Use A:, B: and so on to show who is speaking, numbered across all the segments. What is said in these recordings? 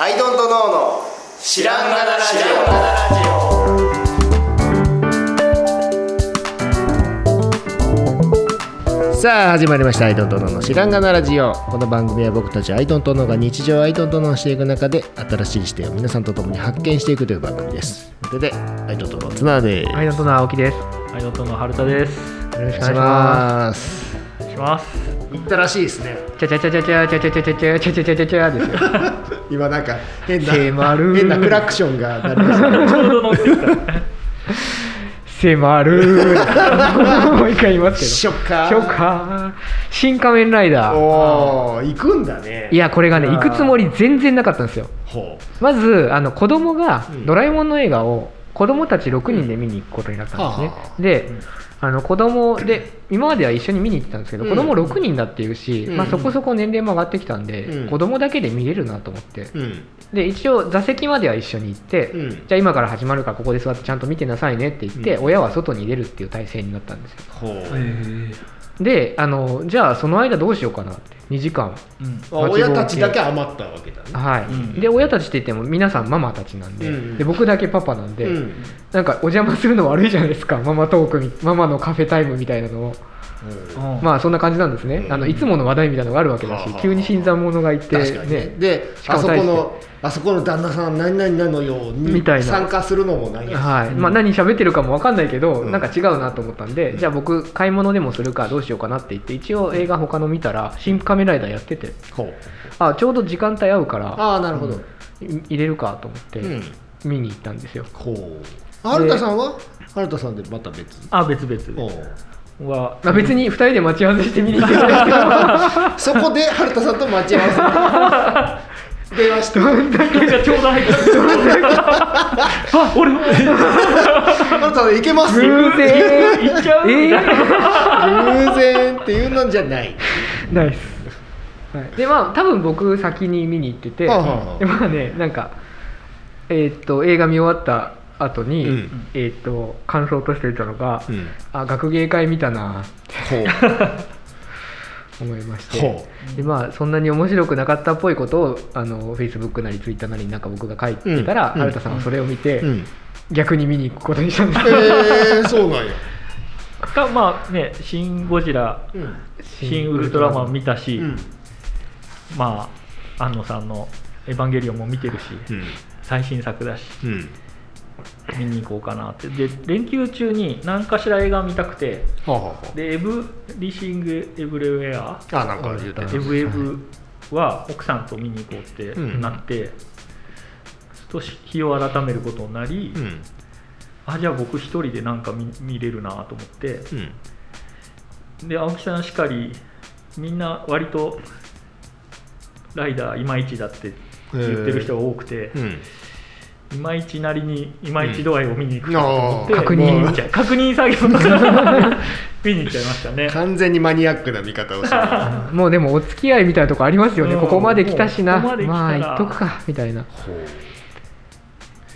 A: アイドントノーの知らんがなラジ
B: さあ始まりました「アイドントノの知らんがなラジオ」この番組は僕たちアイドントノが日常をアイドントノしていく中で新しい視点を皆さんと共に発見していくという番組ですそれでアイドントノツナです、
C: アイドントの青木です。
D: はい、音の春田です。
C: よろし
B: お願い
C: くお願い
B: し
C: しま
B: ます
D: お願いします。
B: 行ったらしいですね
C: す。ちゃちゃちゃちゃちゃちゃちゃちゃちゃちゃちゃちゃちゃちゃちゃですよ。
B: 今なんか変な
C: 迫る
B: 変なクラクションが鳴りましたね
D: ちょうど乗ってきた。
C: 迫る。もう一回言います
B: シ
C: けど。
B: ョッカー
C: ショッカー。新仮面ライダー。
B: おお行くんだね
C: いやこれがね
B: あー
C: 行くつもり全然なかったんですよ。
B: ほ
C: まずあの子供が
B: うん
C: ドラえもんの映画を子供たち6人で見に行くことになったん
B: はあ
C: ですね。で、あの子供で今までは一緒に見に行ってたんですけど、
B: うん
C: 子供6人だっていうし、
B: うん
C: まあそこそこ年齢も上がってきたんで、
B: うん
C: 子供だけで見れるなと思って。
B: ううん
C: で一応座席までは一緒に行って、
B: うん
C: じゃあ今から始まるからここで座ってちゃんと見てなさいねって言って、
B: う
C: 親は外に出るっていう体制になったんですよ
B: ほう、
C: であのじゃあその間どうしようかなって2時間
D: うん。
B: まあ親たちだけ余ったわけだね
C: はい、
D: うん
C: で親たちって言っても皆さんママたちなんで,、
B: うん
C: で僕だけパパなんで、
B: うん
C: なんかお邪魔するの悪いじゃないですかママトークみママのカフェタイムみたいなのをまあそんな感じなんですね、
B: うん
C: あのいつもの話題みたいなのがあるわけだし、
B: はあはあ
C: 急に新参者がいて
B: 確かにねで
C: しか
B: あ
C: も
B: そこ
C: 大して
B: のあそこの旦那さん何々なのように
C: みたいな
B: 参加するのもないや
C: はいまあ、何喋ってるかも分かんないけど、
B: うん
C: なんか違うなと思ったんで、じゃあ僕買い物でもするかどうしようかなって言って一応映画他の見たら「新仮面ライダー」やってて
B: ほう
C: あちょうど時間帯合うから
B: ああなるほど
C: い入れるかと思って
B: うん
C: 見に行ったんですよ、
B: ほう春田さんは春田さんでまた別
D: あ、別々
B: ほう
D: は。
C: まあ、別に2人で待ち合わせして見に行って ないけど
B: そこで春田さんと待ち合わ せ電話して
D: なんかちょうど入った。あ、俺も。
B: 春田さん行けます
C: 偶 然
D: 行っちゃう。
C: えー
B: 偶然っていうのじゃない
C: ナイス、はい、でまあ多分僕先に見に行ってて、
B: はあはあ
C: でまあねなんかえーっと映画見終わった後に、
B: うん
C: えーっと感想として言ったのが、
B: うん
C: あ学芸会見たな
B: ほ
C: と思いまし
B: うほ
C: て でまあそんなに面白くなかったっぽいことをあの Facebook なり Twitter なりになんか僕が書いてたら、
B: うん
C: 春田さんはそれを見て、
B: ううん
C: 逆に見に行くことにしたんです
B: えー、そうなんや
D: か、まあ、ね、シンゴジラ。
B: うん
D: シンウルトラマン見たし
B: う。ん
D: まあ、安野さんの。エヴァンゲリオンも見てるし。最新作だし。
B: うん
D: 見に行こうかなって。で、連休中に、何かしら映画見たくて。
B: はあはあは
D: で、エブリシング・エブレウェア。
B: ああなんか言うたね
D: エブエブは奥さんと見に行こうってなって、少し日を改めることになり、
B: うん
D: あじゃあ僕一人でなんか見見れるなと思って
B: うん
D: で青木さんしかりみんな割とライダーいまいちだって言ってる人が多くて、
B: うん
D: いまいちなりにいまいち度合いを見に行くかと思って、
B: うん
C: あー確認
D: 見に行っちゃう確認 作業見に行っちゃいましたね
B: 完全にマニアックな見方をしてる
C: もうでもお付き合いみたいなとこありますよね、
D: うん
C: ここまで来たし
D: も
C: な
D: うここまで来たら
C: まあ行っとくかみたいな、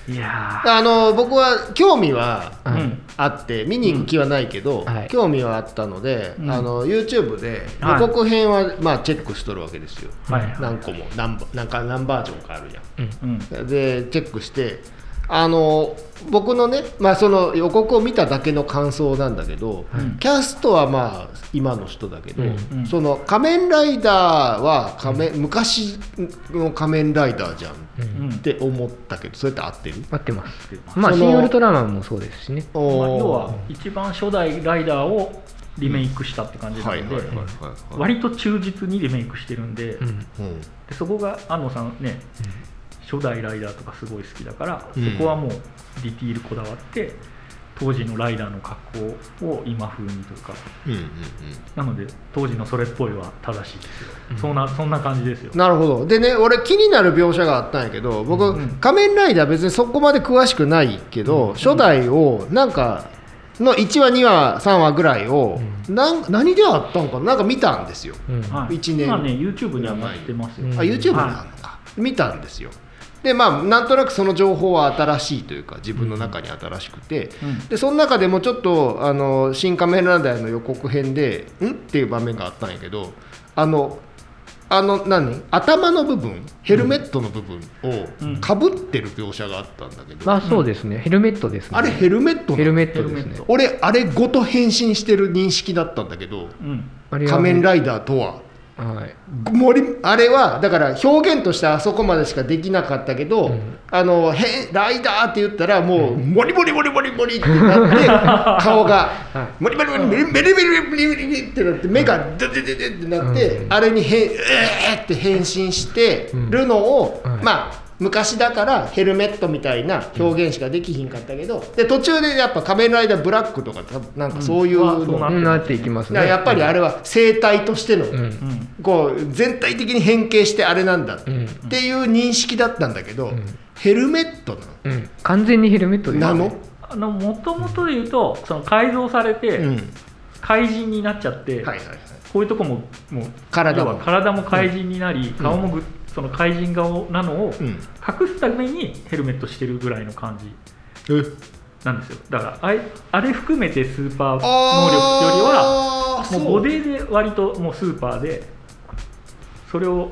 D: いや
B: あの僕は興味は
D: ー、
C: は
D: う
C: い
D: ん
B: あって見に行く気はないけど、
C: んはい
B: 興味はあったので、
D: うん
B: あの YouTube で
D: はい
B: 予告編は、まあ、チェックしとるわけですよ、
D: はいはい
B: 何個も何ばなんか何バージョンかあるや
D: うん
B: んでチェックしてあの僕のね、まあ、その予告を見ただけの感想なんだけど、
D: うん
B: キャストはまあ今の人だけど、
C: うん
D: うん
B: その仮面ライダーは仮面、昔の仮面ライダーじゃん
C: うん
D: うん
B: って思ったけどそれって合ってる
C: 合ってます
D: ってます
C: まあ
B: そ
C: シ
B: の
C: ン・ウルトラマンもそうですしね
D: まあ、
B: おー
D: 要は一番初代ライダーをリメイクしたって感じな
B: はい
D: の
B: はい
D: で
B: はいはい
D: 割と忠実にリメイクしてるんで,、
C: うん
B: うん
D: でそこが安野さんね、初代ライダーとかすごい好きだから、
B: うん
D: そこはもうディティールこだわって当時のライダーの格好を今風にとか
B: うんうんうん
D: なので当時のそれっぽいは正しいですよ、そんなそんな感じですよ、
B: なるほどでね俺気になる描写があったんやけど僕、
D: ん
B: 仮面ライダー別にそこまで詳しくないけど、初代をなんかの1話2話3話ぐらいを、なん何であったんかななんか見たんですよ、
C: うん
D: はい、
B: 一年
D: まあね YouTube に上がってますよ、
C: うん
B: あ YouTube なのか、見たんですよでまあなんとなくその情報は新しいというか自分の中に新しくて、
D: うん
B: でその中でもちょっとあの「新仮面ライダー」の予告編で「ん?」っていう場面があったんやけどあのあの何頭の部分ヘルメットの部分
D: うん
B: をかぶってる描写があったんだけど、
C: まあそうですね、ヘルメットですね
B: あれヘルメット
C: ヘ
B: な
C: ル
B: の
C: メットです
D: ヘルメッ
C: ね
D: ト
B: 俺あれごと変身してる認識だったんだけど
D: うん
C: あれは
B: 仮面ライダーとは
C: はい
B: 森あれはだから表現としてあそこまでしかできなかったけど、
C: うん
B: あのへライダーって言ったらもうモリモリモリモリモリってなって顔が
C: は
B: モリモリモリモリモリモリモリモリってなって目がドデデデってなって、
C: うん
B: あれにへんえーって変身してるのを、
C: うんはい
B: まあ昔だからヘルメットみたいな表現しかできひんかったけどで途中でやっぱ仮面ライダーブラックとか多分なんかそういうの、
D: うんうわそうな
C: うんなっていきま
B: だ
C: す
B: から
C: ね
B: やっぱりあれは生態としての、
C: うん
D: うん
B: こう全体的に変形してあれなんだっ
C: うん
B: ていう認識だったんだけど、
C: ん
B: ヘルメットなの
C: うん完全にヘルメットですね
B: なの、
D: あのもともとで言うとその改造されて、
B: うん、
D: 怪人になっちゃって、
B: はいはいはい
D: こういうとこももう
B: 体
D: 要
B: も
D: は体も怪人になり、顔もぐその怪人顔なのを
B: うん
D: 隠すためにヘルメットしてるぐらいの感じ
B: え
D: なんですよだからあれあれ含めてスーパー能力ってよりは
B: あー
D: もうボディで割ともうスーパーでそれを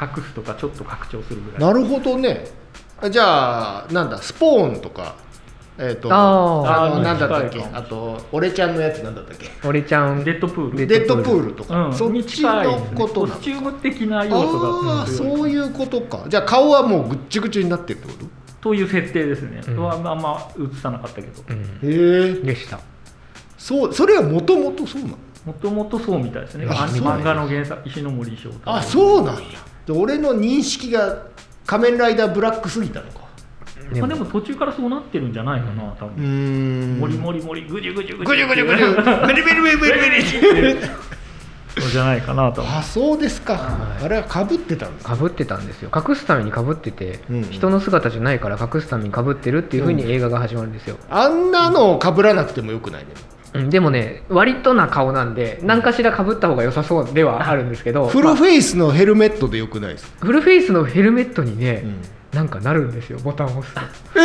D: 隠すとかちょっと拡張するぐ
B: そう
D: らい
B: なるほどねじゃあなんだスポーンとかえっ、と
C: あ
B: の
D: あ
C: ー
D: ー
B: なんだったっけ
D: 近いかも
B: あと俺ちゃんのやつなんだったっけ
C: 俺ちゃん
D: デッドプール
C: デ
B: デッドプールとか、
D: うん、
B: そっ
D: に
B: ち
D: 近い
B: の
D: ですね
B: こと
D: コ
B: な
D: ス
B: の
D: チューム的な要素
B: あ
D: が
B: あ
D: 強い
B: そういうことかじゃあ顔はもうぐっちぐちになってるってこと
D: という設定ですね、
C: うん
D: はあんま映さなかったけど
C: うん
B: へえ
C: でした
B: そうそれはもともとそうなの
D: もともとそうみたいですね
B: あ
D: あ
B: そうなん
D: 漫
B: だ
D: 画の原作石ノ森章太郎
B: あそうなんやで俺の認識が仮面ライダーブラックすぎたのか
D: まあ、でも途中からそうなってるんじゃないかな多
B: うー
D: 分、
B: ん
D: もりもりもりぐじゅぐじゅぐ
B: ぐじゅぐじゅぐじ
D: ゅ
B: ゅベリベリベリベリベリ
D: そうじゃないかな多分
B: あそうですか、
C: はい
B: あれはかぶってたんです
C: かぶってたんですよ隠すためにかぶってて、
B: うんうん
C: 人の姿じゃないから隠すためにかぶってるっていうふうに映画が始まるんですよ、
B: あんなのをかぶらなくてもよくないね
C: うん、でもね割とな顔なんで何かしらかぶった方が良さそうではあるんですけど
B: フ
C: ま
B: ル
C: あ
B: フェイスのヘルメットでよくないですか、
C: フルフェイスのヘルメットにね、
B: うん
C: なんかなるんですよボタンを押すと
B: え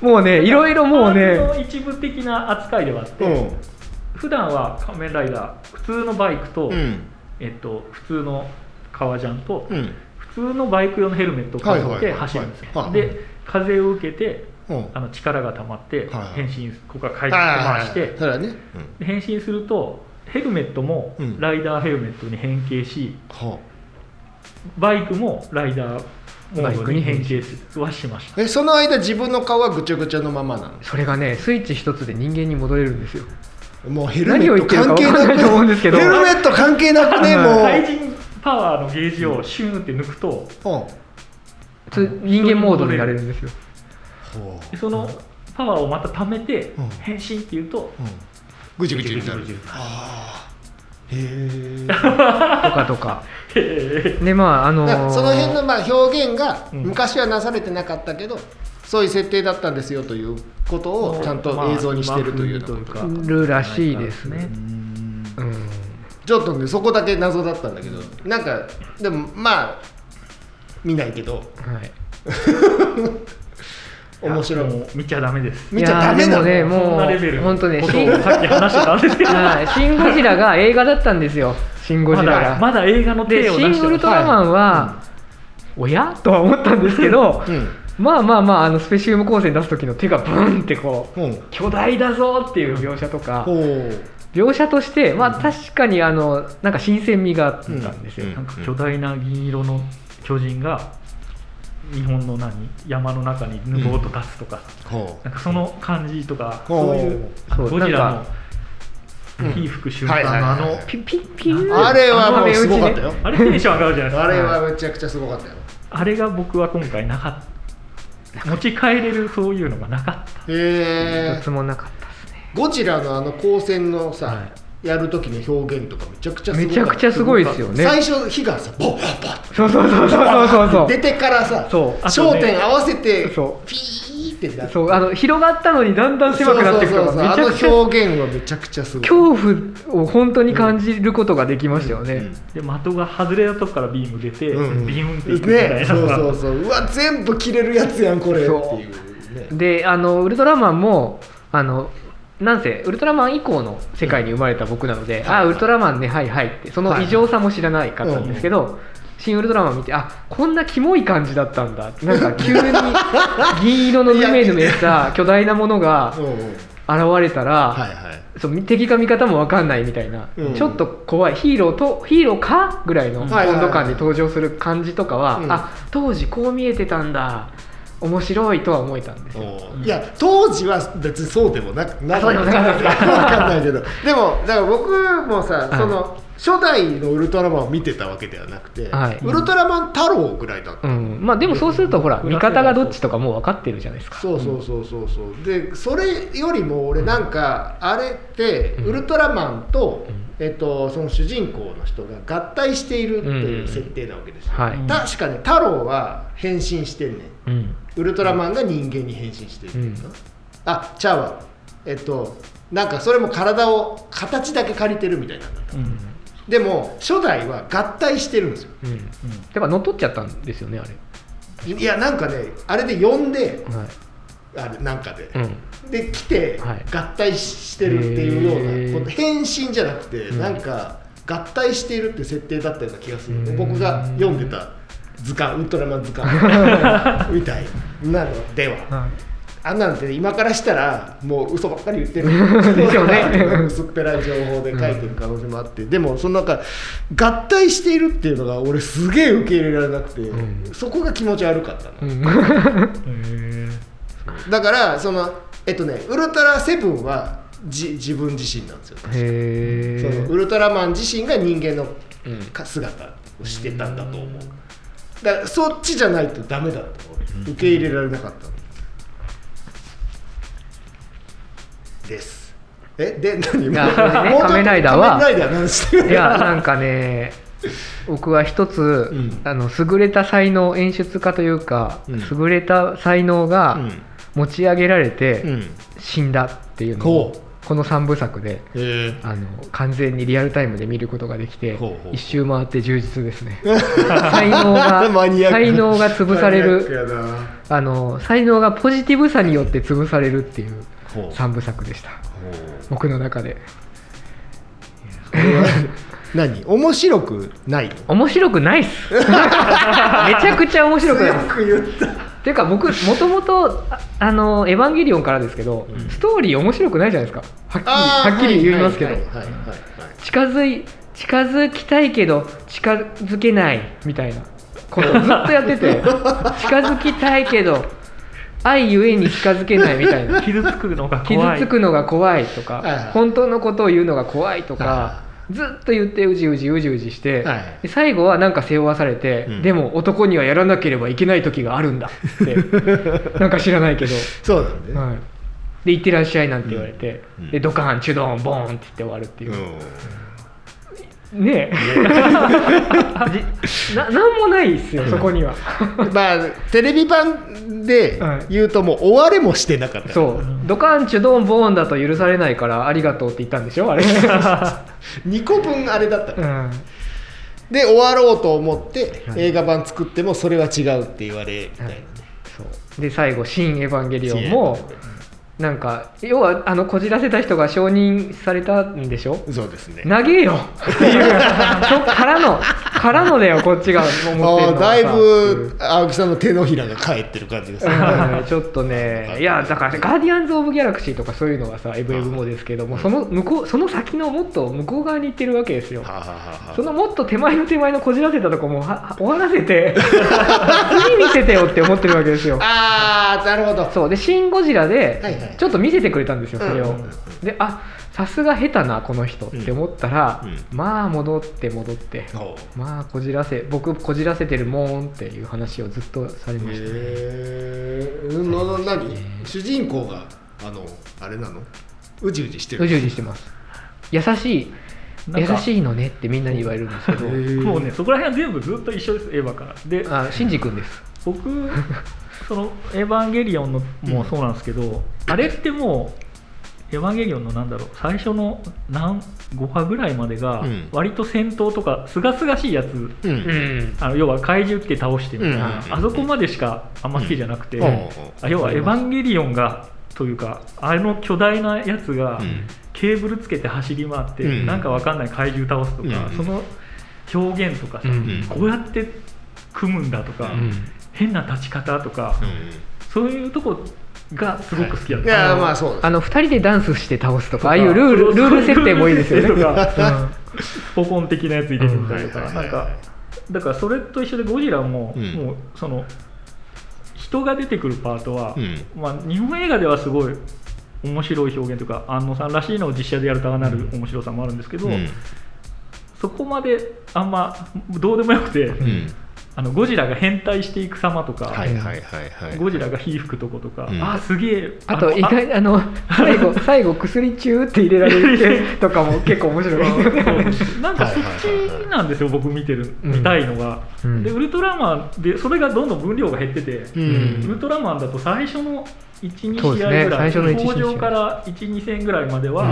C: も うねいろいろもうね
D: 漫画の一部的な扱いではあっ
B: え
D: て、
B: ー、
D: 普段は仮面ライダー普通のバイク
B: う
D: と、
B: んうん
D: えっと、普通の革ジャンと、
B: うん
D: 普通のバイク用のヘルメットをか
B: は
D: ぶっ
B: いはい
D: て
B: はい
D: 走るんですよ、
B: はい
D: で風を受けて
B: うん
D: あの力が溜まって
B: はいはい
D: 変身ここから回
B: あ
D: 転
B: あ
D: して回して
B: それはね、うん
D: で変身するとヘルメットも
B: うん
D: ライダーヘルメットに変形し、
B: は
D: バイクもライダーモードに変形はしました
B: あ、えその間自分の顔はぐちゃぐちゃのままな
C: それがねスイッチ一つで人間に戻れるんですよ
B: のもうヘルメット関係
C: 何を言って
B: なくね
C: るか分かんないと思うんですけど
B: ヘルメット関係な くねもう
D: 対人パワーのゲージをシューンって抜くと
B: ほ
C: つ人間モードになれるんですよ
B: うほ
D: そのパワーをまた貯めて
B: うん
D: 変身っていうと
B: う、うん、ぐちぐちになる
D: ぐちぐち
B: ああへえ
C: とかとか
D: へー
C: でまああのー
B: その辺のまあ表現が
D: うん
B: 昔はなされてなかったけど、そういう設定だったんですよということをちゃんと映像にしてるというようなこと
D: まあ今風にと
C: るらしいですね
B: うん
C: うん
B: ちょっとねそこだけ謎だったんだけどなんかでもまあ見ないけど
C: はい
B: 面白い
D: もう見ちゃダメです
B: 見ちゃダメなの
C: いやーでもねもう
D: そんなレベルの
C: 本当ね
D: こと
C: シン
D: をさっき話してたんですけど
C: はいシン・ゴジラが映画だったんですよシン・ゴジ
D: ま
C: ラ
D: だ
C: が、
D: まだ映画の
C: で
D: 手を出
C: シン・
D: して
C: ウル
D: る
C: トラマンは、おやとは思ったんですけど、
B: うん
C: まあまあまああのスペシウム光線出す時の手がブンってこう
B: うん
C: 巨大だぞっていう描写とか
B: ほう
C: 描写としてまあ確かにあのなんか新鮮味があったんですよ、
B: うん
D: なんか巨大な銀色の巨人が日本の何山の中にぬぼーっと立つとか、
B: ほう
D: なんかその感じとか、
B: ほう
D: そういうあの
C: そう
D: ゴジ
C: なん
D: ラ
C: か
D: の
B: うん
D: 火吹く瞬
B: はいはい
D: 間の
B: は
D: あ
B: いは
D: の
B: い
C: ピピッピン
B: あれはもうすごかったよ
D: あれテンション上がるじゃないですか
B: あれはめちゃくちゃすごかったよ
D: あれが僕は今回なかった持ち帰れるそういうのがなかっ
B: へえ
C: 一つもなかったですね
B: ゴジラのあの光線のさ、
C: は
B: やる時の表現とかめちゃくちゃすご
C: め
B: かっ
C: ち
B: た
C: ゃくちゃすごいですよね
B: 最初火がさボッボッボッ
C: そうそうそうそうそうそう
B: 出てからさ
C: そう
D: あと
B: 焦
D: ね
B: 点合わせてピ
C: そ
B: ーってなる
C: そうあの広がったのにだんだん狭くなっていくの
B: そうそうそう
C: がめちゃくちゃ
B: あの表現はめちゃくちゃすごい
C: 恐怖を本当に感じることができましたよね、
B: うん
D: たで的が外れたとこからビーム出て、
B: うん
D: ビームっていくみた
B: ね
D: いな
B: そ
D: の
B: う
D: が、
B: そうそううわ全部切れるやつやんこれって
C: そう
B: いうね
C: であのウルトラマンもあのなんせウルトラマン以降の世界に生まれた僕なので、
B: はい
C: ああウルトラマンねはいはいってその異常さも知らないかったんですけど、新ウルトラマン見てあこんなキモい感じだったんだなんか急に銀色のぬめぬめした巨大なものが
B: うんうん
C: 現れたら、
B: はいはい
C: そう敵か味方も分かんないみたいな、
B: うん
C: ちょっと怖いヒーローとヒーローかぐらいの
D: う
C: 温
D: ん
C: 度感で登場する感じとかは、
B: うん
C: あ当時こう見えてたんだ面白いとは思えたんですよ
B: おーいや当時は別にそうでもなくな
C: そうでもなかったですか
B: わかんない けどでもだから僕もさ、
C: はい
B: その初代のウルトラマンを見てたわけではなくて、
C: はい
B: ウルトラマン太郎ぐらいだった、
C: うん、まあでもそうするとほら
D: うん
C: 味方がどっちとかもう分かってるじゃないですか
B: そうそうそうそうそうでそれよりも俺なんかあれって
C: うん
B: ウルトラマンと、
C: うん
B: えっと、その主人公の人が合体しているっていう設定なわけですよ、
C: はい、
B: 確かね太郎は変身してんねん
C: うん、
B: ウルトラマンが人間に変身してるっていうか、
C: うん
B: あちゃうわえっとなんかそれも体を形だけ借りてるみたいなんだった
D: うん
B: でも初代は合体してるんですよ
C: うん、だから乗っ取っちゃったんですよねあれ
B: いやなんかねあれで呼んで
C: はい、
B: あれなんかで、
C: うん、
B: で来て
C: はい
B: 合体してるっていうようなこと
C: へー
B: 変身じゃなくて
C: うん
B: なんか合体しているって設定だったような気がするので
C: うん
B: 僕が読んでた図鑑ウルトラマン 図鑑みたいなのでは
C: はい
B: あんなのって今からしたらもう嘘ばっかり言ってる
C: でしょうね
B: 薄っぺらい情報で書いてる可能性もあって、でもその中合体しているっていうのが俺すげえ受け入れられなくて、
C: うん
B: そこが気持ち悪かったの、
C: うん、
D: へ
B: だからそのえっとねウルトラセブンはじ自分自身なんですよ
C: へ
B: その
C: え
B: ウルトラマン自身が人間の
C: うん
B: か姿をしてたんだと思うだからそっちじゃないとダメだった俺受け入れられなかったのですえで何
C: いやこれね仮面ライダーは
B: 仮面ライダー何してる
C: いやなんかね僕は一つ、
B: うん
C: あの優れた才能演出家というか、
B: うん
C: 優れた才能
B: う
C: が
B: ん
C: 持ち上げられて、
B: うん
C: 死んだっていうの
B: ほ
C: をこの3部作で
B: うえ
C: あの完全にリアルタイムで見ることができて
B: ほうほう
C: 一周回って充実です ね才能が
B: マニアック
C: 才能が潰される
B: マニアックやな
C: あの才能がポジティブさによって潰されるっていう
B: ほう
C: 3部作でした
B: ほう
C: 僕の中で
B: これは何面白くないの
C: 面白くないっす めちゃくちゃ面白くないっす
B: く言った
C: っていうか僕もともとああの「エヴァンゲリオン」からですけど、ストーリー面白くないじゃないですかはっきりはっきり言いますけど、
B: はいはいはいはい
C: 近づい近づきたいけど近づけないみたいなこと をずっとやってて近づきたいけど愛ゆえに近づけないみたい
D: ー
C: な
D: 傷つくのが
C: 傷
D: 怖い
C: つくのが怖いと
B: はいはい
C: か本当のことを言うのが怖いと
B: は
C: かずっと言ってうじうじうじうじして、
B: はい
C: で最後はなんか背負わされて、
B: うん
C: でも男にはやらなければいけない時があるんだって なんか知らないけど
B: そうなんだね、
C: はい、で行ってらっしゃいなんて言われて、
B: うんうん
C: でドカーンチュドーンボーンって言って終わるっていうう、
B: ん
C: ねえじななんもないですよそこには
B: まあテレビ版で言うともう終われもしてなかった、
C: そうドカーンチュドーンボーンだと許されないからありがとうって言ったんでしょあれ、
B: 2個分あれだった、
C: うん、
B: で終わろうと思って、
C: はい
B: 映画版作ってもそれは違うって言われみたいなね、
C: そうで最後「新エヴァンゲリオン
B: も
C: も」なんか要はあのこじらせた人が承認されたんでしょ
B: そうですね
C: 長 えよっていうちょからのからのだよこっちが思って
B: あ
C: んのはさ
B: ーだい
C: うん
B: ぶ青木さんの手のひらが返ってる感じですね
C: うんちょっとね、いや、だから、ガーディアンズ・オブ・ギャラクシーとかそういうのはさ、エブエブもですけども、その向こうその先のもっと向こう側に行ってるわけですよ
B: は。あはあはあ
C: そのもっと手前の手前のこじらせたとこもはは 終わらせて、次見せてよって思ってるわけですよ。
B: あーなるほど
C: そうで、シン・ゴジ
B: は
C: ラ
B: いはい
C: で、ちょっと見せてくれたんですよ、それ
B: う
C: を
B: んうんうん。
C: で、あさすが下手な、この人って思ったら
B: うんうん、
C: まあ、戻って戻って。
B: ほう
C: まあこじらせ僕こじらせてるもんっていう話をずっとされましたね
B: へえなな何主人公があのあれなのうじうじしてる
C: うじうじしてます優しい
D: なんか
C: 優しいのねってみんなに言われるんですけど
D: もうねそこら辺は全部ずっと一緒ですエヴァからで
C: あシンジ君です
D: 僕その「エヴァンゲリオンの」もそうなんですけど、あれってもう「エヴァンゲリオン」のなんだろう最初の何5話ぐらいまでが
B: うん
D: 割と戦闘とかすがすがしいやつ、
B: うん
C: ん
D: あの要は怪獣来て倒してみたいな、
B: うん
D: あそこまでしかあんま好きじゃなくて、
B: うん
D: あ要は「エヴァンゲリオン」がというかあの巨大なやつが
A: うん
D: ケーブルつけて走り回って、
B: うん
D: なんかわかんない怪獣倒すとか、
A: うん
D: その表現とかさ、
B: うん
D: こうやって組むんだとか、
A: うん
D: 変な立ち方とか、そういうとこがすごく好きだっ
B: い
D: た、
B: やまあそうです
C: あの2人でダンスして倒すとかああい
D: と
C: う
D: か
C: ルー
D: そ
C: ル
D: う
C: ルール設定もいい ですよね
D: ルール設定とか、ポコン的なやつ入れてみたりとか、
B: うん
D: なんかだからそれと一緒でゴジラも、
A: うん
D: もうその人が出てくるパートは、
A: うん
D: まあ、日本映画ではすごい面白い表現というか安野さんらしいのを実写でやるとああなる面白さもあるんですけど、
A: うん
D: そこまであんまどうでもよくて、
A: うん
D: あのゴジラが変態していく様とか、
A: はいはいはいはい
D: ゴジラが火吹くとことか、
A: うん
D: あすげえ
C: あと意外あの最後最後薬中って入れられてとかも結構面白いですよね
D: そうなんかそっちなんですよ、僕見てる、見たいのが、
C: うん
D: でウルトラマンでそれがどんどん分量が減ってて、
B: ん
D: ウルトラマンだと最初の12
C: そう
D: 試
C: です
D: 合
C: ね
D: ぐらい
C: 最初の1 2
D: 登場から12戦ぐらいまでは、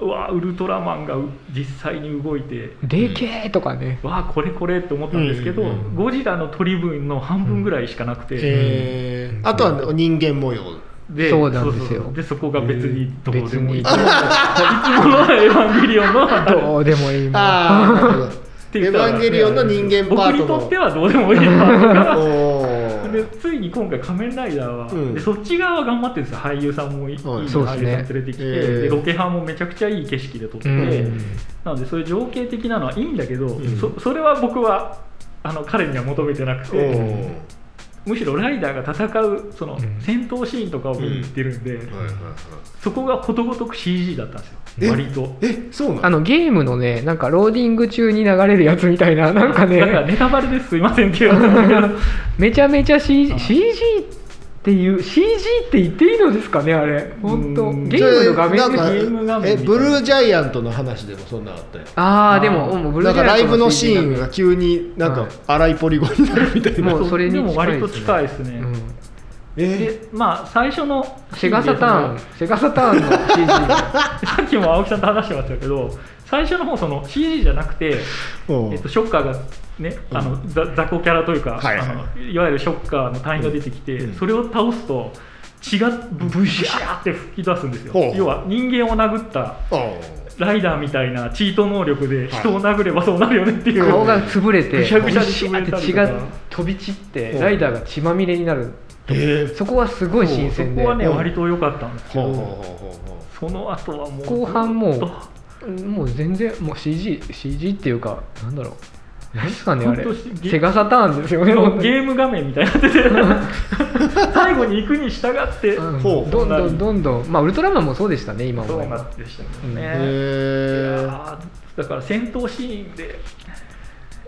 D: うわウルトラマンが実際に動いて
C: でけえとかね
D: わあこれこれって思ったんですけど、
B: うんうんうん
D: ゴジラの取り分の半分ぐらいしかなくて、
B: えーあとは人間模様
D: で
C: そうなんです
D: そ
C: よ
D: うそうでそこが別にどうでもいい、
C: うん別に
D: いつものいつものエヴァンゲリオンの
C: どうでもいいもん
B: ああなるほど
D: って
B: エ
D: 言
B: ヴ
D: ったら
B: ァンゲリオンの人間パートの
D: 僕にとってはどうでもいいパート
B: お
D: が
B: ー
D: でついに今回仮面ライダーは、
B: うん
D: でそっち側は頑張ってるんですよ俳優さんもいい,、
B: はい
D: 俳
C: そ
D: 優
C: うで
D: さ
C: す
D: ん
C: ね
D: 連れてきて、
B: えー
D: でロケハンもめちゃくちゃいい景色で撮って、
C: うん
D: なのでそういう情景的なのはいいんだけど、
B: ん
D: そそれは僕はあの彼には求めてなく
B: お
D: て
B: ー
D: むしろライダーが戦うその
C: ん
D: 戦闘シーンとかを見に行ってるんで、
A: はいはいはい
D: そこがことごとく CG だったんです
B: え
D: よ割と。
B: えそうな
C: あ
B: の
C: のゲームのねなんかローディング中に流れるやつみたいななんか
D: だから
C: ね
D: ネタバレですすいませんって言われたんだけど
C: めちゃめちゃ CG,
D: あ
C: CG っていう CG って言っていいのですかねあれ本当
D: うん
C: ゲームの画面
B: それなんか
D: ゲーム画
B: え
D: 面みたいな
B: ブルージャイアントの話でもそんなのあったよ
C: ああで
D: あ
C: も
D: ー
C: もうブル
B: な
C: ー
B: ん
C: ジ
B: か
C: ェイア
B: ライ
C: ント
B: ブのシーン
C: ン
B: が急になんか荒いポリゴンになるみた いな、
C: もうそれに
D: で
C: 近い
D: も割と近いですね、
C: うん
B: え
D: でまあ最初の
C: セガサターンセガサターンの CG が
D: さっきも青木さんと話してましたけど最初の方その CG じゃなくて、
B: うん
D: えっと、ショッカーがねあの、ざ雑魚キャラというか、
B: はいはい
D: あのいわゆるショッカーの隊員が出てきて、それを倒すと血がブブシャーって吹き出すんですよ
B: ほう
D: 要は人間を殴った
B: あ
D: ライダーみたいなチート能力で人を殴ればそうなるよねっていう、
C: 顔が潰れて
D: ぐしゃぐしゃに
C: シ
D: 潰
C: ャ
D: れたりと
C: ー
D: か
C: って血が飛び散って
B: うん
C: ライダーが血まみれになる
B: ーえー
C: そこはすごい新
D: そ
C: 鮮で
D: こはね
B: うん
D: 割と良かったんですけ
B: ほうほう
D: ど
B: ほうほうほ
D: その後はもう
C: 後半も
D: ずっと
C: うもう全然もう CGCG っていうかなんだろうなんですかねあれ
D: ほんとゲ
C: セガサターンですよね
D: でも
C: 本当に
D: ゲーム画面みたいになってて最後に行くに従って、
C: うん
B: ほう
C: どんどんどんどんまあウルトラマンもそうでしたね今
D: そう
C: 思え
D: な
C: ば
D: ってでしたけど
B: う
D: ね、
B: へえ
D: いやーだから戦闘シーンで、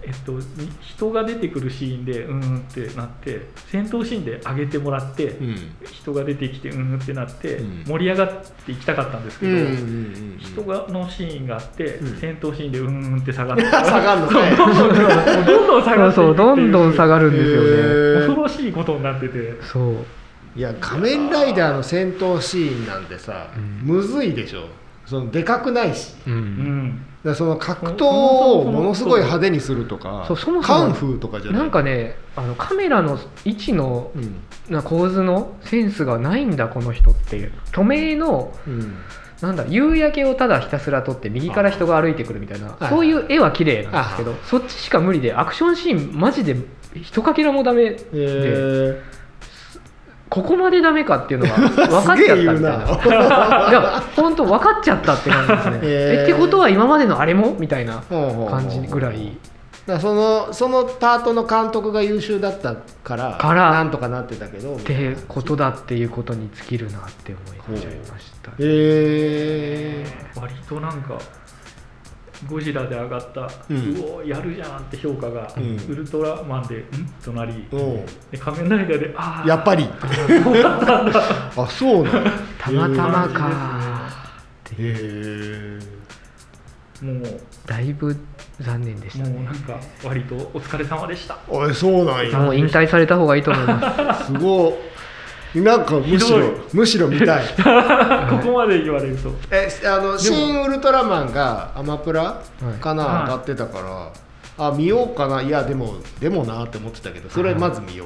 D: えっと、に人が出てくるシーンでうーんってなって戦闘シーンで上げてもらって、
A: うん
D: 人が出てきてうーんってなって、
A: うん
D: 盛り上がっていきたかったんですけ
B: う
D: ど、
B: んうんうん
D: 人がのシーンがあって、
B: うん
D: 戦闘シーンでうーんって下がる
B: 下がるのね
D: どんどんどんどん下が
C: そう
D: っていくってい
C: そうどんどん下がるんですよね、
B: へー
D: 恐ろしいことになってて
C: そう
B: いや仮面ライダーの戦闘シーンなんてさ、むずいでしょそのでかくないし
C: う
D: うんん
B: だからその格闘をものすごい派手にするとか
C: そうそもそも
B: カンフーとかじゃない
C: なんかねあのカメラの位置の
B: うん
C: な構図のセンスがないんだこの人っていう止めの
B: うん
C: なんだ夕焼けをただひたすら撮って右から人が歩いてくるみたいな
B: あ
C: そういう絵は綺麗なんですけど
B: あ
C: そっちしか無理でアクションシーンマジで一かけらもダメ
B: えー、
C: ここまでダメかっていうのが分かっちゃったみたいな。
B: すげえ言うな。
C: いや本当分かっちゃったって感じです
B: へ
C: ね
B: ー
C: えってことは今までのあれもみたいな感じぐら
B: だ
C: い
B: からそのそのパートの監督が優秀だったから
C: から
B: なんとかなってたけど
C: ってことだっていうことに尽きるなって思いちゃいましたね。
B: え
D: 割となんかゴジラで上がった、う
A: うん
D: おーやるじゃんって評価が、
B: うん
D: ウルトラマンでんとなり、
B: ー、おう
D: で仮面ライダーでああ
B: やっぱり
D: そうだったんだ
B: あそうなの
C: たまたま
D: 感
C: か
B: へえ
D: もう
C: だいぶ残念でした
D: もう
C: ね
D: なんか割とお疲れ様でした
B: あそうなん
C: も
B: や
C: う引退された方がいいと思います
B: すごいなんかむし
D: ひどい
B: ろむしろ見たい
D: ここまで言われると
B: えあの「新ウルトラマン」がアマプラ
C: はい
B: かな、
D: はい
B: 上がってたからあ見ようかないやでもでもなって思ってたけどそれまず見よ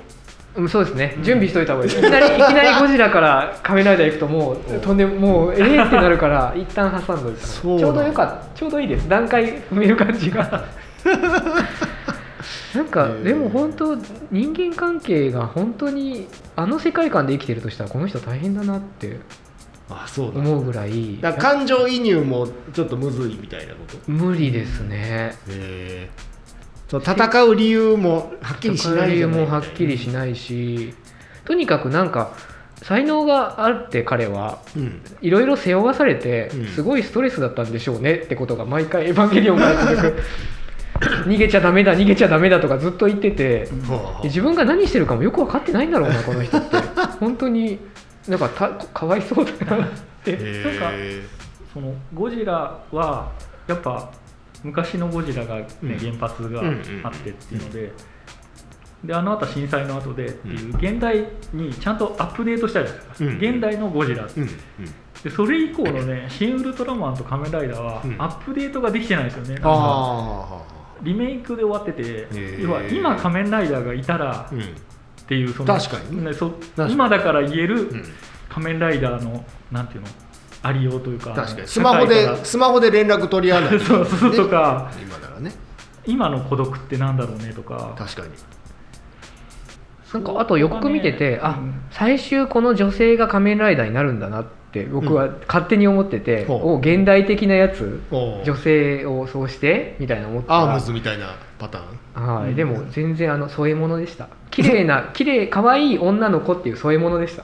B: う、
C: うん、そうですね、準備しといた方がいいいきなりいきなりゴジラから仮面ライダー行くともうとんでもうええってなるから一旦挟んどいた
B: そうなん
C: 方がちょうどよかっちょうどいいです段階踏める感じが なんか、
B: えー
C: でも本当人間関係が本当にあの世界観で生きてるとしたらこの人大変だなって
B: あそうだ
C: 思うぐらい
B: だから感情移入もちょっとむずいみたいなこと
C: 無理ですね
B: へえそう戦う理由もはっきりしない
C: 理
B: じ
C: 由
B: ゃない
C: もはっきりしないしとにかくなんか才能があって彼は
B: うん
C: いろいろ背負わされて
B: うん
C: すごいストレスだったんでしょうねってことが毎回「エヴァンゲリオン」から続く 逃げちゃダメだ逃げちゃダメだとかずっと言ってて
B: ほうほう
C: 自分が何してるかもよく分かってないんだろうなこの人って本当になんかたかわいそうだなって
B: へえ
D: そのゴジラはやっぱ昔のゴジラが、ね
B: うん
D: 原発が
B: うんうん
D: あってっていうので,、であの後震災の後でっていうう現代にちゃんとアップデートしたじゃないです
B: う
D: か、
B: ん
D: 現代のゴジラって、
B: うんうん
D: でそれ以降のね「新ウルトラマン」と「仮面ライダー」は
B: うん
D: アップデートができてないんですよね、なんか
B: あ
D: リメイクで終わってて
B: ー
D: 要は今仮面ライダーがいたら
B: あうん
D: っていうその
B: 確かに
D: ねそ
B: かに
D: 今だから言える
B: うん
D: 仮面ライダーのなんていうのありようというか
B: 確かにスマホでスマホで連絡取り合わない
D: そうそうとか
B: 今ならね
D: 今の孤独ってなんだろうねとか
B: 確かに
C: なんかあとよく見て
D: う
C: て、
D: ん
C: あ最終この女性が仮面ライダーになるんだなって僕は勝手に思ってて、
B: ほう
C: お現代的なやつ
B: お
C: 女性をそうしてみたいな思ってた
B: アームズみたいなパターン
C: はい、
D: うん
C: でも全然あの添え物でした綺麗 な綺麗可愛い女の子っていう添え物でした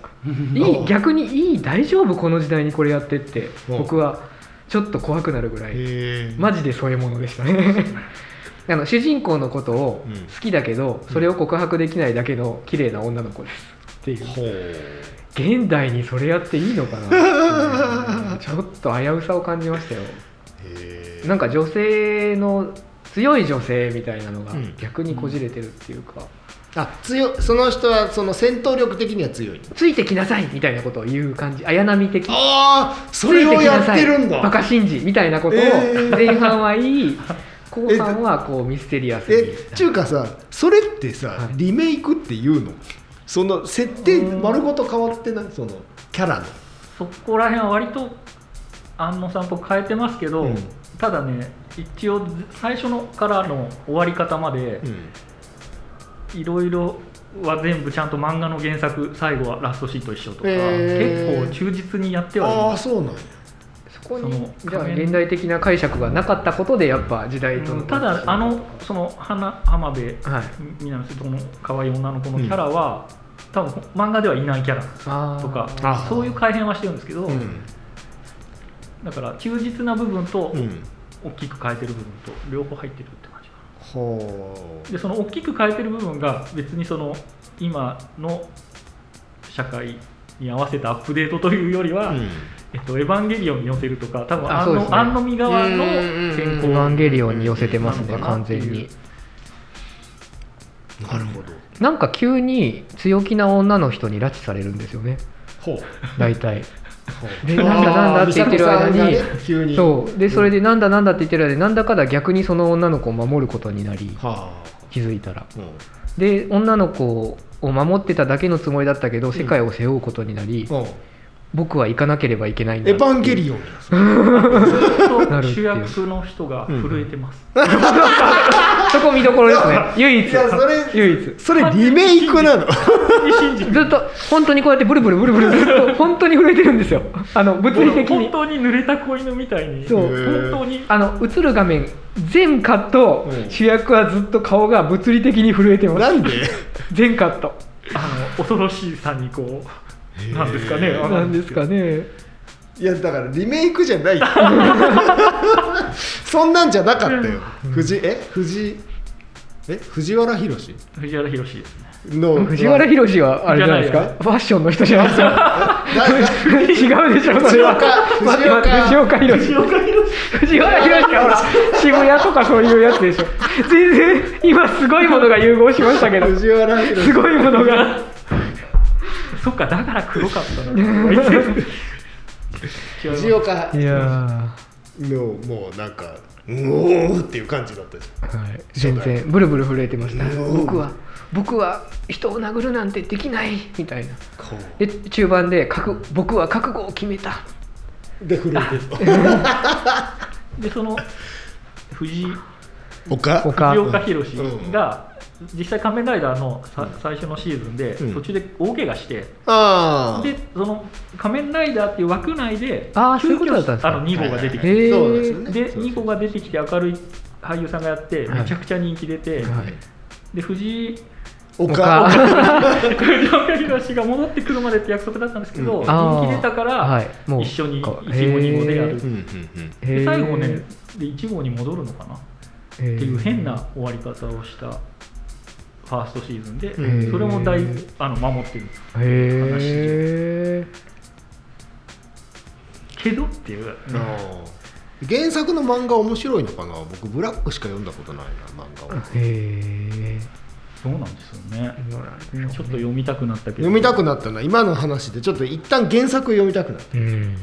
C: い
B: おう
C: い逆にいい大丈夫この時代にこれやってって
B: おう
C: 僕はちょっと怖くなるぐらい
B: へえ
C: マジで添え物でしたね あの主人公のことを
B: うん
C: 好きだけど、それを告白できないだけの綺麗な女の子ですっていう
B: ほう
C: 現代にそれやっていいの かなちょっと危うさを感じましたよ
B: へえ
C: なんか女性の強い女性みたいなのが
B: うん
C: 逆にこじれてるっていうか、
B: あ強いその人はその戦闘力的には強い
C: ついてきなさいみたいなことを言う感じ綾波的
B: ああそれをやってるんだ
C: バカ信じみたいなことを
B: えー
C: 前半は いい後半はこうミステリアスに
B: え中華さそれってさ、
C: はい
B: リメイクっていうのその設定丸ごと変わってないそのキャラの
D: そこら辺は割と安野さんっぽく変えてますけど、
B: うん
D: ただね一応最初のからの終わり方までいろいろは全部ちゃんと漫画の原作最後はラストシート一緒とか、
B: へー
D: 結構忠実にやってはい
B: あ
D: ま
B: あ
D: す
B: そうなんや
C: そこ
D: そ
C: に
D: の
C: じゃあ
D: 仮面
C: 現代的な解釈がなかったことでやっぱ時代との
D: うんただあのその花浜辺
C: はい
D: みなみその可愛い女の子のキャラは、多分漫画ではいないキャラ
C: あー
D: と
B: あ
D: か
B: ー
D: そういう改変はしてるんですけど、
B: うん
D: だから忠実な部分と
B: うん
D: 大きく変えてる部分と両方入ってるって感じか
B: ほ
D: なでその大きく変えてる部分が別にその今の社会に合わせたアップデートというより
B: う
D: は、
B: うん
D: えっと、エヴァンゲリオンに寄せるとか多分
C: あ
D: 安
C: そう
D: 野、
C: ですね
D: 安野身
B: う
D: 側の
B: んうんうん
D: 変
C: エヴァン
D: 更
C: ゲリオンに寄せてます
D: な
C: ね
D: のかな
C: 完
D: ってい
C: 全
D: う
C: に
B: なるほど
C: なんか急に強気な女の人に拉致されるんですよ ね
B: ほう
C: 大体
B: ほう
C: でなんだなんだって言ってる間に
B: あー美里さんがね急に
C: そうでそれでなんだなんだって言ってる間でなんだかだ逆にその女の子を守ることになり
B: はあ
C: 気づいたら
B: うん
C: で女の子を守ってただけのつもりだったけど世界を背負うことになり、
B: うん
C: 僕は行かなければいけないんだ
B: エヴァンゲリオン
D: ずっ
C: なる
D: と
C: って
D: 主
C: いう
D: 役の人が震えてます、
C: そこ見どころ ですね唯一
B: いやそれ
C: 唯一
B: それリメイクなの
D: 信じて
C: ずっと本当にこうやってブルブルブルブルずっと本当に震えてるんですよ あの物理的
D: 本
C: に
D: 当に濡れた子犬みたいに
C: そう
D: 本当に
C: あの映る画面全カット、
B: うん
C: 主役はずっと顔が物理的に震えてま
B: な
C: す
B: んで
C: 全カット
D: あの恐ろしさにこ
B: へー
D: うなんですかねわ
C: なん
D: ん
C: ですかね
B: いやだからリメイクじゃないそんなんじゃなかったよ藤え藤え藤原宏
D: 藤原宏ですね
B: の
C: 藤原宏はあれじゃないです
D: じゃ
C: か
D: な
C: ファッションの人じゃないですか
B: だ
C: 違うでしょそれは
B: 藤岡
C: 待って待って
B: 藤
C: 藤岡弘藤岡藤原弘がほら渋谷とかそういうやつでしょ全然今すごいものが融合しましたけど
B: 藤原宏
C: すごいものが
D: そっかだから黒かったの 違います
B: 藤岡
C: いや
B: のもうなんかうおーっていう感じだったじゃん
C: はい、全然ブルブル震えてました
B: うん
C: 僕は僕は人を殴るなんてできないみたいな
B: こう
C: で中盤で覚僕は覚悟を決めた
B: で震えてる
D: でその藤井
B: 他
C: 他
D: 藤岡弘
B: うん
D: が実際仮面ライダーのさ最初のシーズンで
B: うん
D: 途中で大怪我して、
B: ああ
D: でその仮面ライダーっていう枠内で
C: あーそういうことだったんですか
D: あの2号が出てきて、
C: へー
B: そうなんですよね
D: で2号が出てきて明るい俳優さんがやって
C: はい
D: めちゃくちゃ人気出て、で藤井
B: 他
C: 他
D: 藤岡弘が戻ってくるまでって約束だったんですけど、
B: うん
C: あー
D: 人気出たから、
C: はいもう
D: 一緒に1
C: か
D: 号2号でやる
B: うんうんうん
C: へ
D: で
C: ー
D: 最後ねで1号に戻るのかな
C: って
D: っていう変な終わり方をしたファーストシーズンで
B: うん
D: それも大あの守ってる
C: へえ
D: けどっていう
B: あー原作の漫画面白いのかな僕ブラックしか読んだことないな漫画を
C: へえ
D: そうなんですよね
C: どうなんでしょ
D: ち
C: う
D: ょ
C: ね
D: っと読みたくなったけど
B: 読みたくなったな今の話でちょっと一旦原作読みたくなった
C: うん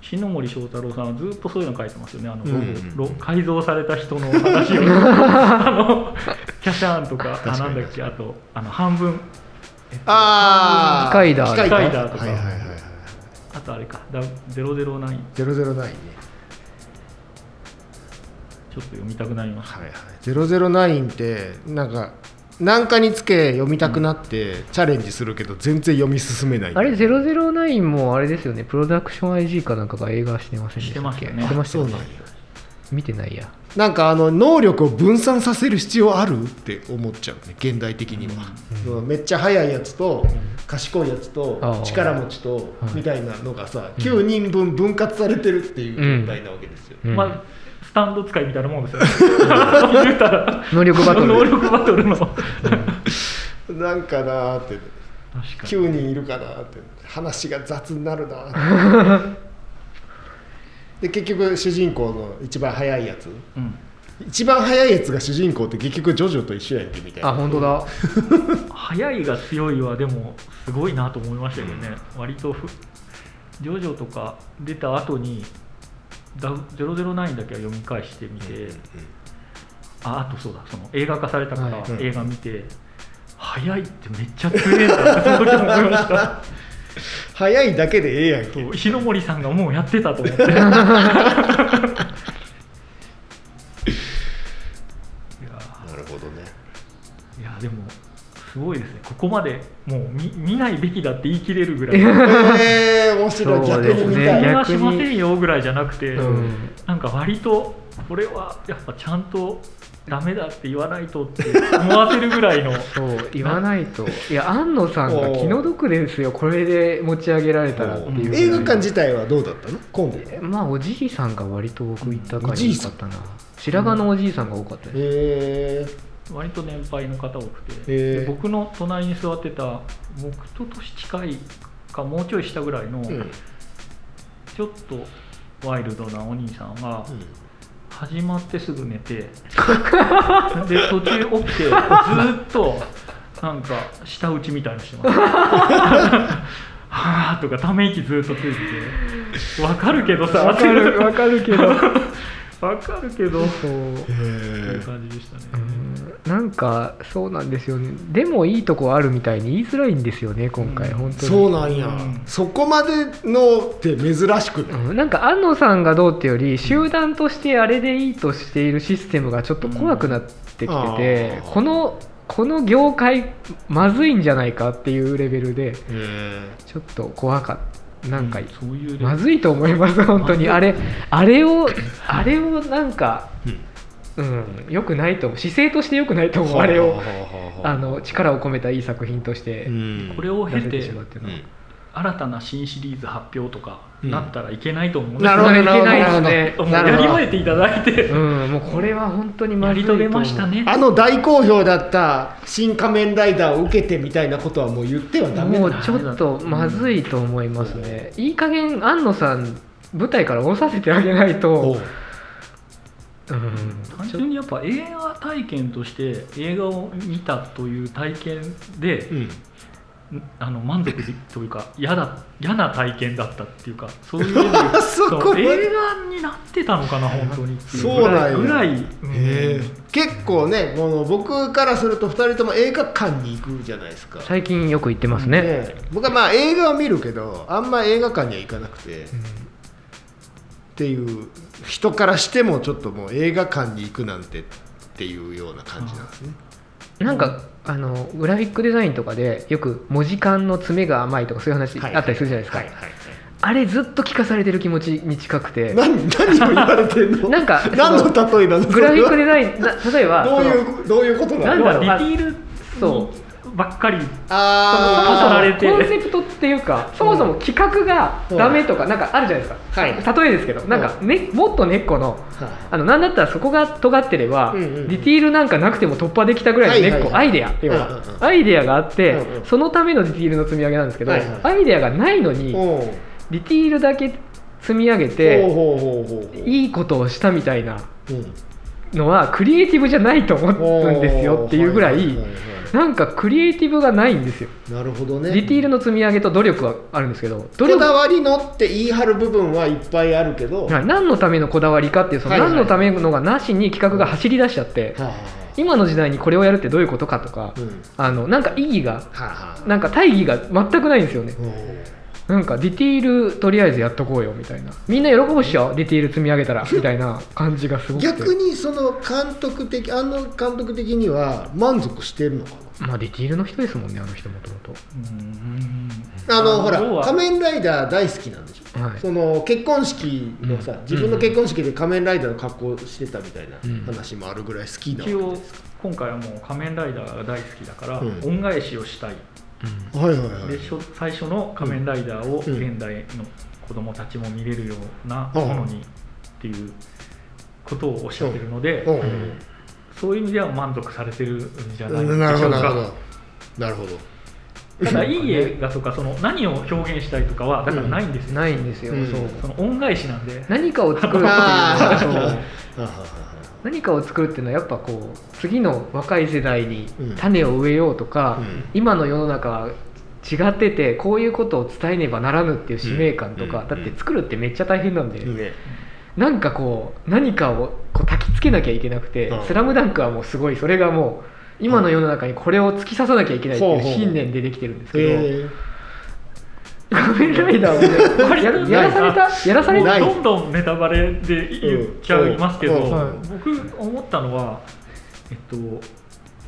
D: 篠森章太郎さんはずっとそういうの書いてますよねあの、
B: うん
D: ろ改造された人の話をあのキャシャーンとかあ
B: か
D: なん
B: に
D: だっけあとあの半分
B: ああ
C: 機械だ
B: 機械だ
D: 機械だとか
B: はいはいはいはい
D: あとあれかだ009ちょっ
B: 009ね
D: と読みたくなりました
B: はいはい009ってなんか何かにつけ読みたくなって、チャレンジするけど全然読み進めない
C: あれ009もあれですよねプロダクション IG かなんかが映画してませんでしたっけ
D: してましたね
C: してました
B: そうな
C: よ
B: ん
C: ね
B: や
C: 見てないや
B: なんかあの能力を分散させる必要あるって思っちゃうね現代的には、そのめっちゃ速いやつと賢いやつ
C: あ
B: と
C: ー
B: 力持ちと
C: はい
B: みたいなのがさ9人分分割されてるっていう状態なわけですよ、
C: うん
D: まあスタンド使いみたいなもんですよね言うたら
C: 能力バトル
D: 能力バトルの確
B: なんかなーって
D: かに
B: 9人いるかなーって話が雑になるなーってで結局主人公の一番速いやつ
D: うん
B: 一番速いやつが主人公って結局ジョジョと一緒やんけみたいな
C: あ本当だ
D: 速いが強いはでもすごいなと思いましたけどね、割とふジョジョとか出た後にダ009だけは読み返してみて、ああとそうだその映画化されたから
C: はい
D: 映画見て、速いってめっちゃ強いんだってその時も思いました
B: 速いだけでええやん け
D: そう石ノ森さんがもうやってたと思って いや
B: なるほどね
D: いやでもすごいですねここまでもう見見ないべきだって言い切れるぐらい
B: えー、面白い
C: そ
B: 逆
C: うですね
B: に見たい、
D: 見
C: 逆
D: はしませんよぐらいじゃなくて、
C: うん
D: なんか割とこれはやっぱちゃんとダメだって言わないとって思わせるぐらいの
C: そう言わないといや安野さんが気の毒ですよこれで持ち上げられたらっていう
B: 映画館自体はどうだったの今度
C: まあおじいさんが割と僕行った
B: お
C: 感
B: じい
C: じ
B: さ
C: だ
B: ん
C: ったな白髪のおじいさんが多かったです、
B: えー、
D: 割と年配の方多くて、
B: へえ
D: で僕の隣に座ってた僕と年近いかもうちょい下ぐらいの
B: うん
D: ちょっとワイルドなお兄さんが始まってすぐ寝 てで途中起きてずーっとなんか舌打ちみたいのしてますはあとかため息ずーっとついててわかるけどさ
C: わかるわかるけ ど
D: わかるけど
C: そ
D: と
C: う
D: い
B: え
D: う感じでしたね、
C: うんなんかそうなんですよねでもいいとこあるみたいに言いづらいんですよね今回、
D: うん
C: 本当に
B: そうなんや、
D: うん
B: そこまでのって珍しくない、
C: うんなんか安野さんがどうってより集団としてあれでいいとしているシステムがちょっと怖くなってきて
B: うんあ
C: て、
B: ー
C: このこの業界まずいんじゃないかっていうレベルで
B: え
C: ちょっと怖かったなんか、
D: うんそういうレベル
C: まずいと思います本当に
D: ま
C: あ
D: ずい
C: れあれをあれをなんか、
B: うん
C: うん、よくないと思う姿勢としてよくないと思うあれをあの力を込めたいい作品として
B: うん、
D: これを経
C: 出せ
D: て
C: てしまうっていうのは。
D: 新たな新シリーズ発表とか
B: うん
D: なったらいけ ないと思うんです
B: なるほど
C: いけないで
B: な
C: す
B: る
C: ね
B: ほど
D: もう
B: なる
D: やり
B: ほ
D: 終
B: ど
D: えていただいて、
C: うん、もうこれは本当にま
D: や
C: ずい
D: り
C: と
D: 遂
C: 思
D: げ
C: う
D: ましたね
B: あの大好評だった「新仮面ライダー」を受けてみたいなことはもう言ってはダメ
C: も
B: だ
C: うちょっとまずいと思いますね、いい加減安野さん舞台から降ろさせてあげない
B: お
C: と
B: う、
C: うん
D: 単純にやっぱ映画体験として映画を見たという体験で、
B: うん
D: あの満足でというか嫌だ嫌な体験だったっていうかそういうレベ ル
B: そこまで
D: そう映画になってたのかな本当にってい
B: そうなんや
D: ぐらいうん
B: えー結構ねこの僕からすると2人とも映画館に行くじゃないですか
C: 最近よく行ってますね
B: ね僕はまあ映画は見るけどあんま映画館には行かなくて、っていう人からしてもちょっともう映画館に行くなんてっていうような感じなんですね
C: なんかあのグラフィックデザインとかでよく文字間の詰めが甘いとかそういう話あったりするじゃないですか、
B: はいはい
C: あれずっと聞かされてる気持ちに近くて
B: 何何を言われてんの
C: なんか
B: 何の例えなの
C: グラフィック
B: で
C: デザインな例えば
B: どう
C: その
B: いうどういうことな
C: なん
B: の
D: 要
C: だ
D: は
C: ろ
D: デ
C: う
D: ィティール
C: そ
D: ばっかり
C: そもそ
D: 刺
C: も
D: さ
B: あ
D: れて
C: コンセプトっていうかそもそも企画がダメとかなんかあるじゃないですか、
B: は
C: 例えですけどなんか、ね、もっと根っこの
B: ーはい
C: あのなんだったらそこが尖ってれば、
B: うんうんうん
C: ディティールなんかなくても突破できたぐらいの根っ
B: はい
C: こ、
B: はいはい
C: アイデア要は、
B: うんうんうん
C: アイデアがあっ
B: う
C: て、
B: んうん
C: そのためのディティールの積み上げなんですけど、
B: はいはい
C: アイデアがないのに、
B: おう
C: ディティールだけ積み上げて
B: ほうほうほうほう
C: いいことをしたみたいな
B: うん
C: のはクリエイティブじゃないと思うんですよっていうぐらい、
B: おーははは
C: なんかクリエイティブがないんですよ、
B: いなるほどね
C: ディティールの積み上げと努力はあるんですけど努
B: こだ
C: 力
B: わりのって言い張る部分はいっぱいあるけど、
C: はい何のためのこだわりかっていうその
B: はいはい
C: 何のためのがなしに企画が走り出しちゃって、
B: はあは
C: 今の時代にこれをやるってどういうことかとか、
B: あうんは
C: あのなんか意義が
B: あはあ
C: なんか大義が全くないんですよね
B: おう
C: なんかディティールとりあえずやっとこうよみたいなみんな喜ぶっしょディティール積み上げたらみたいな感じがすごくて
B: 逆にその監督的あの監督的には満足してるのか
C: まあディティールの人ですもんねあの人もともと
D: うん
B: なあのほら
D: 要
B: 「
D: は
B: 仮面ライダー」大好きなんでしょ、
C: はい
B: その結婚式のさ、
C: うん
B: 自分の結婚式で仮面ライダーの格好してたみたいな
C: うん
B: 話もあるぐらい好きな
D: 一
B: わ
D: 応今回はもう「仮面ライダー」が大好きだから、
B: うん
D: 恩返しをしたい
B: けはいはいはい
D: でしょ最初の「仮面ライダー」
B: うん
D: を現代の子供たちも見れるようなものにっていうことをおっしゃってるので、
B: うん
D: そういう意味では満足されてるんじゃないで
B: うんなる
D: し
B: ほ
D: ょ
B: ど
D: う
B: なるほ
D: か。
B: どなるほど
D: ただいい映画とかその何を表現したいとかはだからないんですよ、
C: ないんですよ、
B: うん
C: そう
D: その恩返しなんで
C: 何かを作るっていうの
B: あ
C: は
B: ー
C: そう
B: はあは あはあはあ
C: 何かを作るっていうのはやっぱこう次の若い世代に
B: うん
C: 種を植えようとか、
B: うん
C: 今の世の中は違っててこういうことを伝えねばならぬっていう使命感とか、
B: うん
C: だって作るってめっちゃ大変なんで、
B: ね
C: なんかこう何かをこう焚きつけなきゃいけなくて「
B: うん
C: スラムダンクはもうすごいそれがもう今の世の中にこれを突き刺さなきゃいけないってい
B: ほう
C: う
B: ほう
C: 信念でできてるんですけど「
B: へえ
C: 仮面ライダー」 もねこれやるやらされたやらされ
B: な
C: た
B: い
D: どんどんネタバレで言っちゃいますけど、
B: うんうん
C: うん
D: 僕思ったのは、えっと、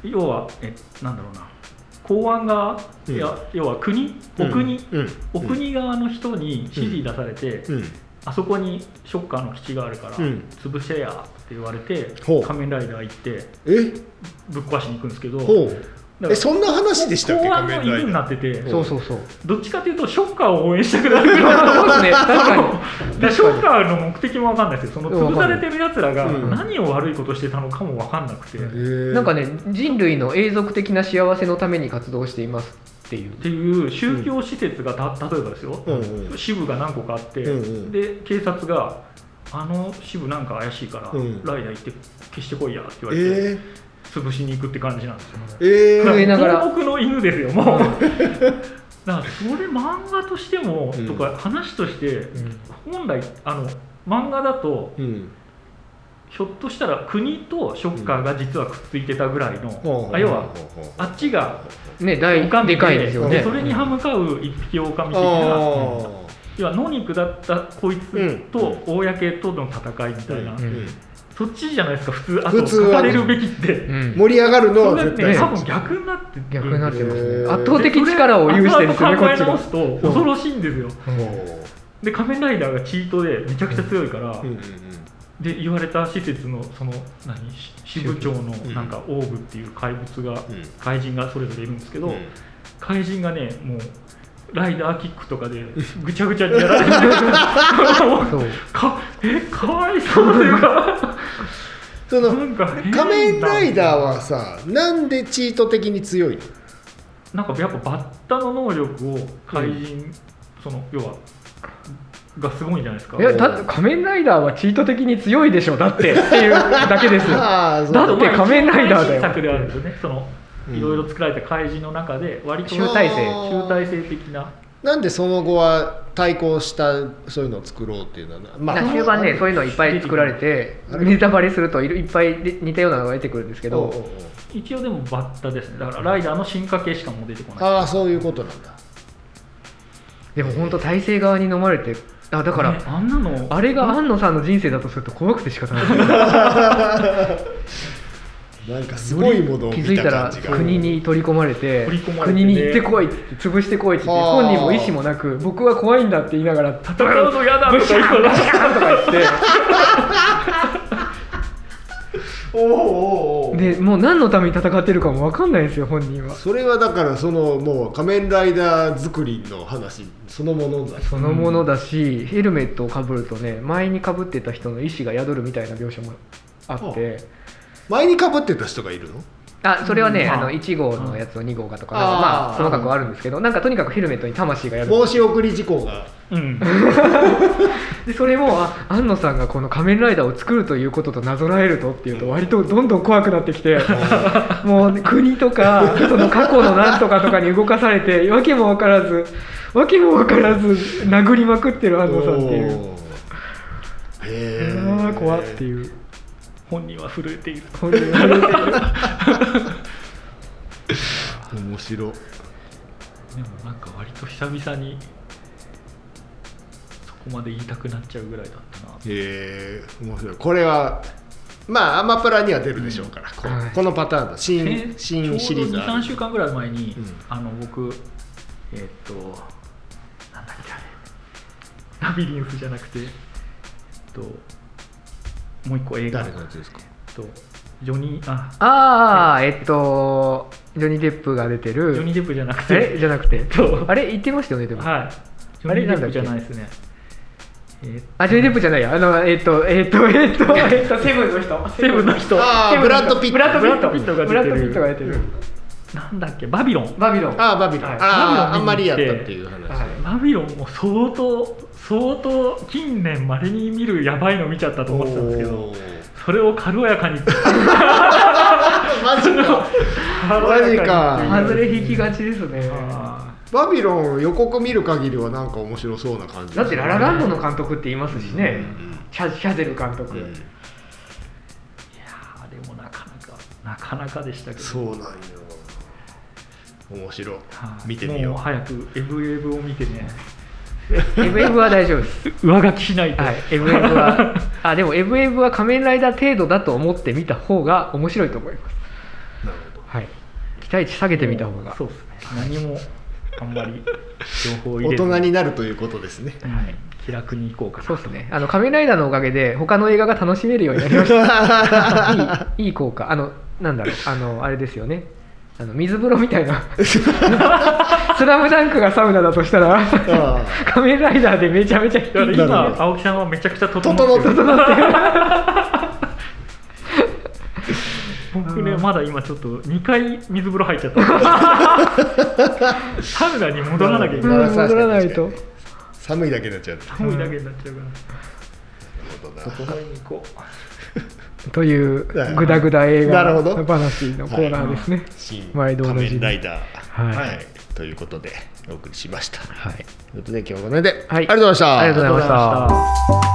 D: 要はえなんだろうな公安が、いや要は国お国、
B: うん
D: お国側の人に指示出されて、
B: うん
D: あそこにショッカーの基地があるから、
B: うん
D: 潰せやって言われて
B: ほう
D: 仮面ライダー行って
B: え
D: ぶっ壊しに行くんですけど
B: ほう
D: だ
B: え
D: から
B: そんな話でしたっけ
D: 公安の
B: 仮面ライ
D: 犬にな
B: ダー
D: ってて
C: そうそう そう。
D: どっちかというとショッカーを応援したくなるぐ らい
C: そうですね確かに
D: でショッカーの目的も分かんないですよその潰されてるやつらが
B: うん
D: 何を悪いことしてたのかも分かんなくて、
B: へ
D: っ
B: え
C: なんかね人類の永続的な幸せのために活動していますっていう
D: ていう宗教施設がた例えばですよ、
B: うんうん
D: 支部が何個かあって、
B: うんうん
D: で警察が「あの支部なんか怪しいから、
B: うん
D: ライダー行って消してこいや」って言われて、
B: え
D: 潰しに行くって感じなんですよ、
B: ー、え
D: だから
C: え
B: ー、
C: ながら
D: 東北の犬ですよもう だからそれ漫画としても、
B: うん
D: とか話として、本来あの漫画だと
B: うん
D: ひょっとしたら国とショッカーが実はくっついてたぐらいの、
B: ほう
D: あ要
B: ほう
D: は
B: ほうほう
D: あっちが
C: ね大
D: 狼
C: でかいですよね
D: それに歯向かう一匹狼的な
B: あ
D: 要は野に下ったこいつと公との戦いみたいな、
C: う
B: ー、
C: ん
B: うん
D: そっちじゃないですか普通あ
B: 普
D: と
B: 通はね
D: 語れるべきって、
C: うん
B: 盛り上がるの
D: そ
B: は
D: れ
B: 絶
D: ね
B: 対
D: 多分逆になってるんですよ
C: 逆になってます
B: へ
C: ね
B: ー
C: 圧倒的力を有してるんですよねこっち
D: で
C: が
D: それ後々考え直すと恐ろしいんですよ、
B: ほ
D: で仮面ライダーがチートでめちゃくちゃ強いから、
B: ううんうん
D: で言われた施設のその何し支部長の
B: うん
D: なんかオーブっていう怪物が、
B: うん
D: 怪人がそれぞれいるんですけど、
B: うん
D: 怪人がねもうライダーキックとか でぐちゃぐちゃにやられてる
C: そう
D: かえかわいそうというか
B: その
D: なんか変な
B: 仮面ライダーはさなんでチート的に強いの
D: なんかやっぱバッタの能力を怪人、その要はがすごいんじゃないですか
C: いやだって仮面ライダーはチート的に強いでしょだってっていうだけですよ
B: ああそう
C: だって仮面ライダーだ
D: 新
C: よ
D: 作ではあるんですよねその
B: うん
D: いろいろ作られた怪人の中で割と
B: 集
C: 大成
D: 集大成的な
B: なんでその後は対抗したそういうのを作ろうっていうのは、ま
C: な終盤ねそういうのいっぱい作られて
B: あれ
C: ネタバレするといるいっぱいで似たようなのが出てくるんですけ
B: おうおう
C: ど
B: おう
D: 一応でもバッタですねだからライダーの進化系しかもう出てこない
B: ああそういうことなんだ
C: でも本当体制側に飲まれてあだから、
D: ねあんなの
C: あれが安野さんの人生だとすると怖くて仕方ない
B: なんかすごいものを
C: 気
B: 見
C: づい
B: た
C: た
B: 感
C: ら
B: じが
C: 国に取り込まれて
D: 取り込まれてね
C: 国に行ってこいって言って潰してこいって言って
B: はあ
C: 本人も意思もなく僕は怖いんだって言いながら戦
D: 戦うの嫌だとか言うから
C: とか言って
A: おおおお
C: でもう何のために戦ってるかも分かんないですよ本人は
B: それはだからそのもう仮面ライダー作りの話そのものだ
C: そのものだし、ヘルメットをかぶるとね前にかぶってた人の意思が宿るみたいな描写もあって
B: 前にかぶってた人がいるの
C: あそれはね、
D: うん
C: あの1号のやつを2号がとかなん
B: あ
C: か
B: ー
C: まあその格好あるんですけどなんかとにかくヘルメットに魂が宿る
B: 申し送り事項が
D: うん
C: でそれもあ安野さんがこの仮面ライダーを作るということとなぞらえるとっていうと割とどんどん怖くなってきてもう国とかその過去のなんとかとかに動かされてわけも分からずわけも分からず殴りまくってる安野さんっていう。
B: おーへ
C: あ
B: え
C: ー怖っていう
D: 本人は震えている
C: 本当に
B: 面白い
D: でもなんか割と久々にそこまで言いたくなっちゃうぐらいだったな
B: へえ面白いこれはまあアマプラには出るでしょうから、こ
C: はい
B: このパターンだ新
D: 先
B: 新シリーズ
D: ちょうど
B: あ
D: 23
B: る
D: 週間ぐらい前に、
B: うん
D: あの僕えーっとなんだっけあれラビリンスじゃなくてえっともう一個映画
B: 誰のやつですか
D: えっとジョニーあ
C: ああえっとジョニー・デップが出て
D: ジョニー・デ
C: る
D: ップじゃなく
C: え
D: て
C: じゃなくて
D: そう
C: あれ言ってましたよねでも
D: はいジョニー・デップじゃないですねえーっと
C: あジョニー・デップじゃないやあのえっとえっとえっとえっとセブンの人
D: セブンの人
B: あー
C: セブンの人
B: ブラッドピット
C: ブラッドピット
D: ブラッドピットが出てる
C: ブラッドピットが出てる
D: なんだっけバビロン
C: バビロン
B: ああバビロン、
D: はい
B: あああんま
D: バビ
B: りや
D: ロ
B: っ
D: ン
B: た
D: 見
B: っ
D: に行って
B: ていう話、
C: はい
D: バビロンも相当相当近年まれに見るやばいの見ちゃったと思ってたんですけど
B: おー
D: それを軽やかに
B: マジかマジか
C: 外れ引きがちですね
D: あ
B: バビロン予告見る限りはなんか面白そうな感じ
C: だってララランド
B: の
C: の監督って言いますしねシャシャゼル監督
D: ーいやーでもなかなかなかなかでしたけど
B: そうなんよ面白い
D: はい
B: 見てみよう
D: もう早く「エブエブ」を見てね
C: MM は大丈夫です
D: 上書きしないと、
C: はい、エブエ ブはあでもエブエブは仮面ライダー程度だと思って見た方が面白いと思います。
B: なるほど
C: はい、期待値下げてみた方が
D: そうですね何もあんまり情報を入
B: 大
D: れず
B: 人になるということです ね
D: はい、気楽に行こうかな
C: そうですね。あの仮面ライダーのおかげで他の映画が楽しめるようになりました。いいい い効果。あのなんだろうあのあれですよね。あの水風呂みたいな スラムダンクがサウナだとしたら
B: あ
C: 仮面ライダーでめちゃめちゃ
D: だから
B: なるほ
D: 今
B: ど
D: 青木さんはめちゃくちゃ整って
B: 整ってる
D: る
C: 整ってる
D: 僕ねまだ今ちょっと2回水風呂入っ ちゃったサウナに戻らなきゃいけ
B: う
D: ない
B: ん
C: うん戻らないと
B: 確かに確かあ寒いだけになっちゃうなる
D: 寒いだけになっちゃうか
B: ほどな
D: ら整いに行こ
C: というグダグダ映
B: な
C: 画
B: るほど
C: の話のコーナーですね。
B: 新
C: 毎
B: 仮
C: 度おなじみ
B: 面ライダー、
C: はい
B: ということでお送りしました。
C: はい
B: ということで今日はこの辺で、
C: は
B: あ
C: い
B: りがとうございました。
C: ありがとうございました
D: う。